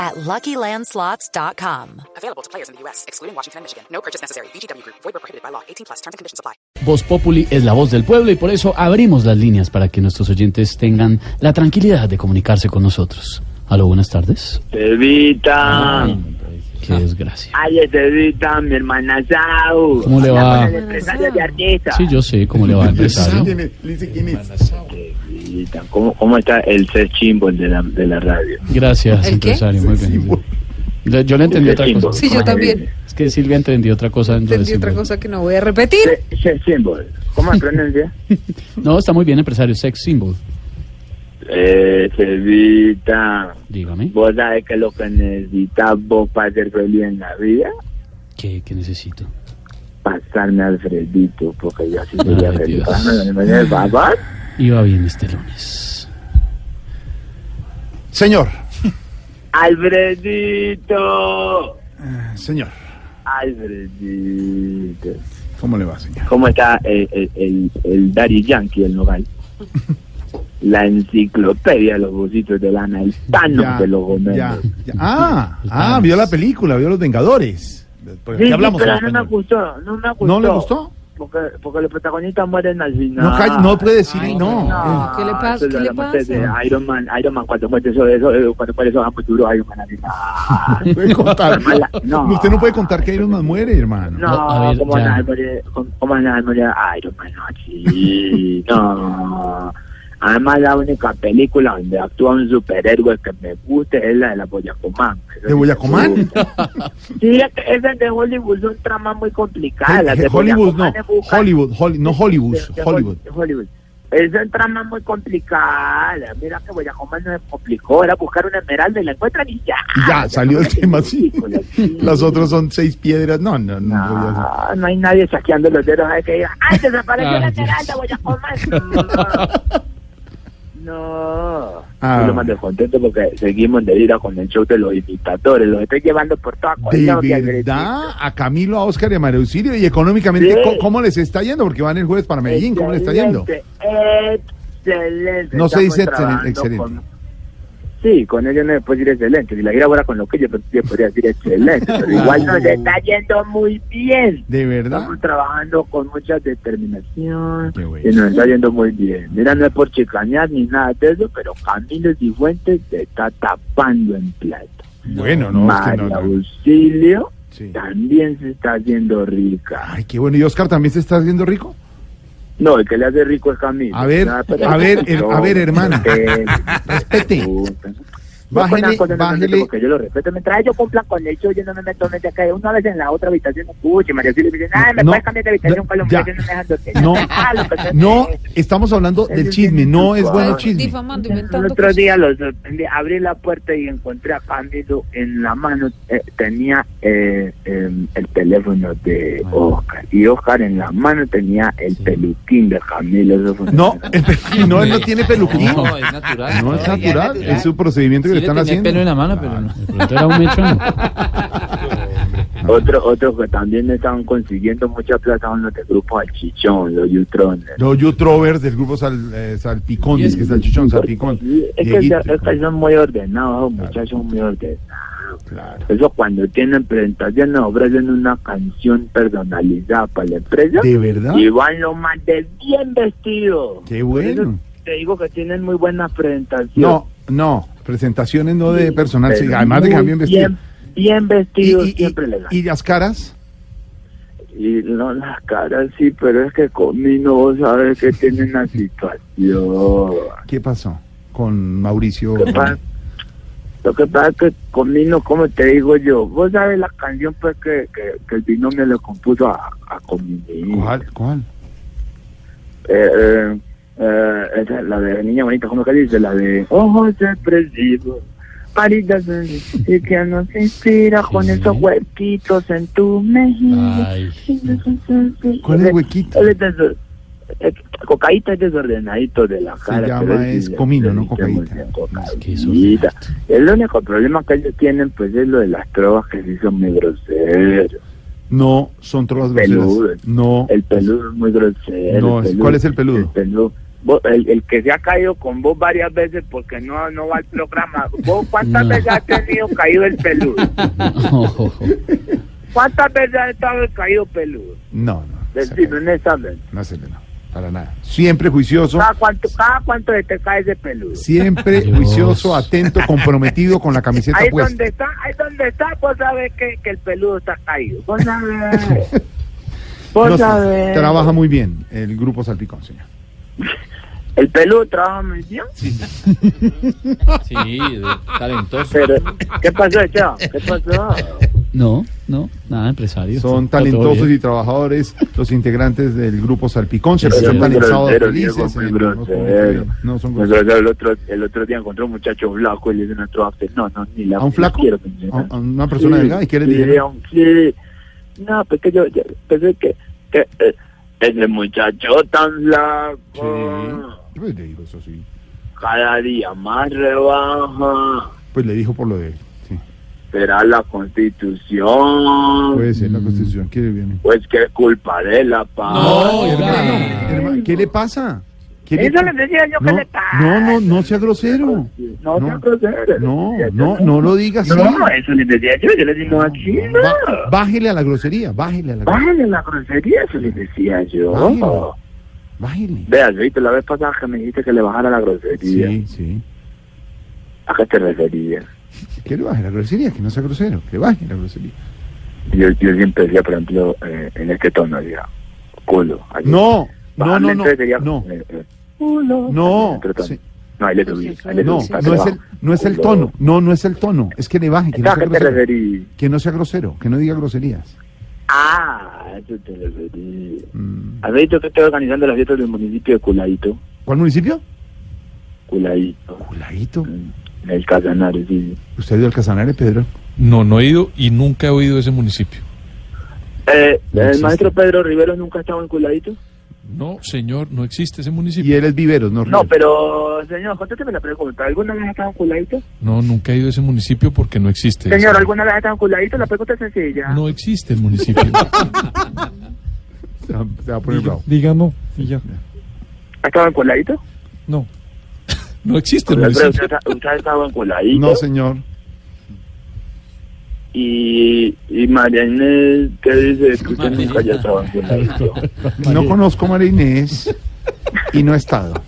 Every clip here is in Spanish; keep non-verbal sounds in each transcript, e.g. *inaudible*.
at LuckyLandSlots.com. Available to players in the U.S., excluding Washington and Michigan. No purchase necessary. VGW Group. Void where prohibited by law. 18 plus. Terms and conditions apply. Voz Populi es la voz del pueblo y por eso abrimos las líneas para que nuestros oyentes tengan la tranquilidad de comunicarse con nosotros. Aló, buenas tardes. Evita, Ah. Qué desgracia. ay, es Evita, mi hermana Sau. ¿Cómo le va? Con el empresario de artista. Sí, yo sé cómo le *laughs* va al empresario. Evita, ¿Cómo, ¿Cómo está el ser chimbol de la, de la radio? Gracias, empresario. Muy bien. Le- Yo le entendí otra Symbol. cosa. Sí, yo también. Es que Silvia entendió otra cosa. en lo de Entendí otra Symbol. cosa que no voy a repetir. Ser- Ser chimbol. ¿Cómo se pronuncia? No, está muy bien, empresario. Sex symbol. *laughs* eh, Evita, Dígame. ¿vos sabés que lo que necesitas vos para ser feliz en la vida? ¿Qué, qué necesito? Pasarme a Alfredito, porque yo así Ay, sería feliz. Ah, Dios. Pásame, papá. Iba bien este lunes. Señor, Alfredito, señor, Alfredito. ¿cómo le va, señor? ¿Cómo está el, el, el, el Daddy Yankee del *laughs* Nogal? La enciclopedia de los busitos de lana, el Thanos de los Gómez. ya, ya. Ah, ah, vio la película, vio Los Vengadores. Porque Sí, aquí sí, hablamos en pero no me español. gustó, no me gustó. ¿No le gustó? Porque, porque los protagonistas mueren al final. No, calla- no puede decir, no. eh, No, ¿Qué le pasa? eso lo ¿Qué le hablamos pasa? desde Iron Man, Iron Man, cuando muere eso, eso, eh, cuando muere eso, futuro, Iron Man, al final. Puede *laughs* contar. Mala- no. *laughs* Usted no puede contar que Iron Man muere, hermano. No, No, a ver, ¿cómo ya. nada, morir, cómo- cómo nada, morir Iron Man, no, *laughs* sí, no. Además, la única película donde actúa un superhéroe que me guste es la de la Boyacomán. ¿De Boyacomán? Sí, es que esas de Hollywood son tramas muy complicadas. las de eh, Hollywood, no. Boyacomán es buscar- Hollywood, Holly- no Hollywood, de- de Hollywood. Hol- Hollywood. Esas tramas muy complicadas. Mira que Boyacomán no se complicó. Era buscar una esmeralda y la encuentran y Ah, ya. Y ya, salió el tema, sí. *laughs* Película, sí. Las otras son seis piedras. No, no, no. voy a hacer. No, no hay nadie saqueando los dedos. Hay que diga, ¡ay, desapareció Ay, Ah, la Dios. esmeralda, voy a *laughs* comer! No. Ah. Yo lo más descontento porque seguimos de vida con el show de los imitadores. Los estoy llevando por toda cuenta. De verdad, a Camilo, a Oscar y a María Auxilio. Y económicamente, Sí. ¿cómo- ¿cómo les está yendo? Porque van el jueves para Medellín, ¿cómo les está yendo? Excelente. No se dice Estamos excelente, trabajando excelente. con- Sí, con ellos no se puede decir excelente. Si la gira fuera con lo que yo yo podría decir excelente. Pero igual *laughs* nos está yendo muy bien. De verdad. Estamos trabajando con mucha determinación Qué bueno. y nos está yendo muy bien. Mira, no es por chicañar ni nada de eso, pero Camilo Cifuentes se está tapando en plata. Bueno, no, es que María no, no. Auxilio Sí. también se está haciendo rica. Ay, qué bueno. ¿Y Oscar también se está haciendo rico? No, el que le hace rico es Camilo. A ver, Nada, pero- a ver, her- No, a ver, hermana. eh, *laughs* Respete. puta. No Bájele, conozco, no me meto bájele. Porque yo lo respeto. Mientras yo cumplan con el show, yo no me meto en acá. Una vez en la otra habitación, escuche, María Auxilio me dice, ay, me No, puedes cambiar de habitación, ya. Colombia, yo no me dejan dormir. No, *laughs* Ah, lo que sea. no, estamos hablando del chisme. No es bueno el chisme. Difamando, El inventando. otro cosas. día lo sorprendí, abrí la puerta y encontré a Camilo en la mano, eh, tenía eh, em, el teléfono de Oscar y Oscar en la mano tenía el peluquín de Camilo. Eso fue una- No, el pe- no, *laughs* él no tiene peluquín. No, es natural. No es natural, es su procedimiento que le Sí le están tenía haciendo. Ah, pelo en la mano, pero no. De pronto era *laughs* un mechón. Otro, otro que también estaban consiguiendo mucha plata son los de Grupo Al Chichón, los Utrones. Los youtubers del grupo Sal- eh, Salpicón, es que es Salchichón, Salpicón. Es que, Dieguito, es que son muy ordenados, muchachos son muy ordenados. claro. Eso cuando tienen presentaciones, ofrecen una canción personalizada para la empresa. ¿De verdad? Y van lo más de bien vestidos. Qué Por eso bueno. Te digo que tienen muy buenas presentaciones. No, no, presentaciones no de personal, sí, Pero además de muy cambiar vestido. Bien, bien Y, vestidos, y- y- siempre le y las caras, Y no las caras, sí, pero es que conmigo vos sabes que tienen la situación. ¿qué pasó con Mauricio? Lo que pasa- Lo que pasa es que conmigo, como te digo yo, vos sabes la canción pues que, que, que el binomio le compuso a, a Comino. ¿Cuál? ¿Cuál? eh, eh, eh, esa, la de Niña Bonita, ¿cómo que dice? La de Ojos expresivos, paritas y que nos inspira con Sí. esos huequitos en tu mejilla. Ay. ¿Cuál es huequito? Él es desor- eh, Cocaíta es desordenadito de la cara. llama pero es sí le- comino, le no dicen muy cocaíta. bien, Es que eso es cocaíta. El único problema que ellos tienen pues es lo de las trovas que sí son muy groseros. No, son trovas Peludo. groseras. No. El peludo es muy grosero. No, es- ¿cuál es el peludo? El peludo. Vos- El, el que se ha caído con vos varias veces porque no, no va al programa. ¿Vos cuántas No. veces has tenido caído el peludo? Oh, ¿Cuántas veces has estado caído peludo? No, no. se Decime, acabó. honestamente. No, se le- no, para nada. Siempre juicioso, ¿Cada cuánto, cada cuánto se te cae ese peludo? siempre Dios. juicioso, atento, comprometido con la camiseta Ahí puesta. donde está, ahí donde está, vos sabés que, que el peludo está caído. Vos *laughs* sabés. Vos No, sí, sabés. trabaja muy bien el grupo Salpicón, señor. El peludo trabaja muy bien. *laughs* Sí, de- talentoso. Pero, ¿qué pasó, Esteban? ¿Qué *laughs* pasó? no, no, nada, empresario. Son Está todo talentosos bien. y trabajadores los integrantes del grupo Salpicón. Se Pero presentan muy el sábado grosero, felices, Diego, pues, muy eh, no, no, grosero. No son Muy groseros. grosero. el otro, el otro día encontré un muchacho flaco y le dije a otro after, no, no, ni la ¿A un ni la flaco? quiero, ¿A a una persona Sí, delgada? ¿Y qué le sí, dijeron? a un- sí. No, pues que yo, yo pensé que, que eh, ese muchacho tan flaco Sí. Pues le dijo eso, sí. cada día más rebaja. Pues le dijo por lo de él. Sí. Será la constitución. Puede Pues, ser Mm. la constitución. ¿Qué le viene? qué culpa de la paz. No, Hermano, hermano, ¿Qué le pasa? ¿Qué le Eso le pa- decía yo que no, le pasa. no, no, no sea grosero. No, no. no, grosero. No, no, no lo digas así. No, eso le decía yo, yo le dije, no, aquí no. Ba- Bájele a la grosería, bájele a la grosería. Bájale la grosería, eso le decía Bájale. yo. Bájele. Vea, viste, la vez pasada que me dijiste que le bajara la grosería. Sí, sí. ¿A qué te referías? Que le baje la grosería, que no sea grosero, que baje la grosería. Yo, yo siempre decía, por ejemplo, eh, en este tono, decía, culo. así. No, no, Bájame, no, no. entonces sería, No, eh, eh, no. otro tono. sí, No, ahí le subí. Ahí le No, subí, ahí no le es el, bajo. no es el Culo. tono, no, no es el tono, es que le baje, que no ¿A sea qué te grosero, referí? que no sea grosero, que no diga groserías. Ah, a eso te referí. Mm. ¿Has visto que estoy organizando las fiestas del municipio de Culadito? ¿Cuál municipio? Culadito. Culadito. En el Casanares, sí. ¿Usted ha ido al Casanare, ¿eh, Pedro? No, no he ido y nunca he oído ese municipio. Eh, No ¿El existe. maestro Pedro Rivero nunca ha estado en Culadito? No, señor, no existe ese municipio. Y él es Viveros, ¿no? No, Rivero. pero, señor, contésteme la pregunta. ¿Alguna vez ha estado en Culadito? No, nunca he ido a ese municipio porque no existe. Señor, ¿alguna vez ha estado en Culadito? La pregunta es sencilla. No existe el municipio. Se va- se va a poner bravo. Digamos, y ya. ¿Ha estado en Culadito? No. *laughs* No existe el Pero usted, municipio. ha- usted ha estado en Culadito. No, señor. Y, y María Inés, ¿qué dice? Que usted nunca haya estado en Culadito. No conozco a María Inés y no he *laughs* estado.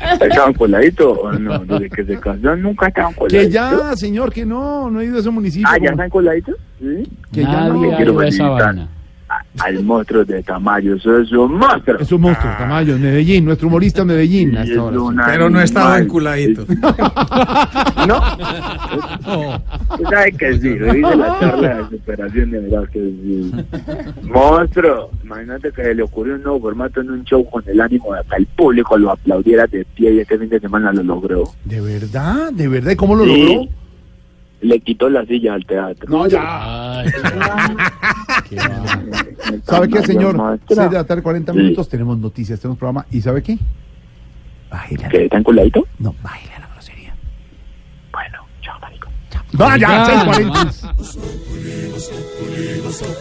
¿Ha estado en Culadito o no? Desde que se casó, nunca ha estado en Culadito. Que ya, señor, que no, no he ido a ese municipio. Ah, ¿ya como- está en Culadito? Sí. que ya no. Nadie ha quiero ido a esa felicitar. vaina. a- al monstruo de Tamayo. Eso es un monstruo. Es un monstruo, Tamayo, en Medellín, nuestro humorista en Medellín. Y hasta Ah. es ahora, sí. un Pero no estaba animal. en culadito. *laughs* No. Tú sabes que sí. Revisa la charla de superación de verdad que sí. Monstruo. Imagínate que se le ocurrió un nuevo formato en un show con el ánimo de que el público lo aplaudiera de pie y este fin de semana lo logró. ¿De verdad? ¿De verdad? ¿Y cómo lo Sí. logró? Le quitó las sillas al teatro. No, *laughs* ya. Ay, qué *laughs* va. Qué va. ¿Sabe qué, Tamayo señor? monstruo. 6 de la tarde, 40 Ah, Sí. minutos, tenemos noticias, tenemos programa. ¿Y sabe qué? Baila. ¿Que está en culadito? No, baila la grosería. Ah, Bueno, chao, marico. ¡No, ya! 6:40.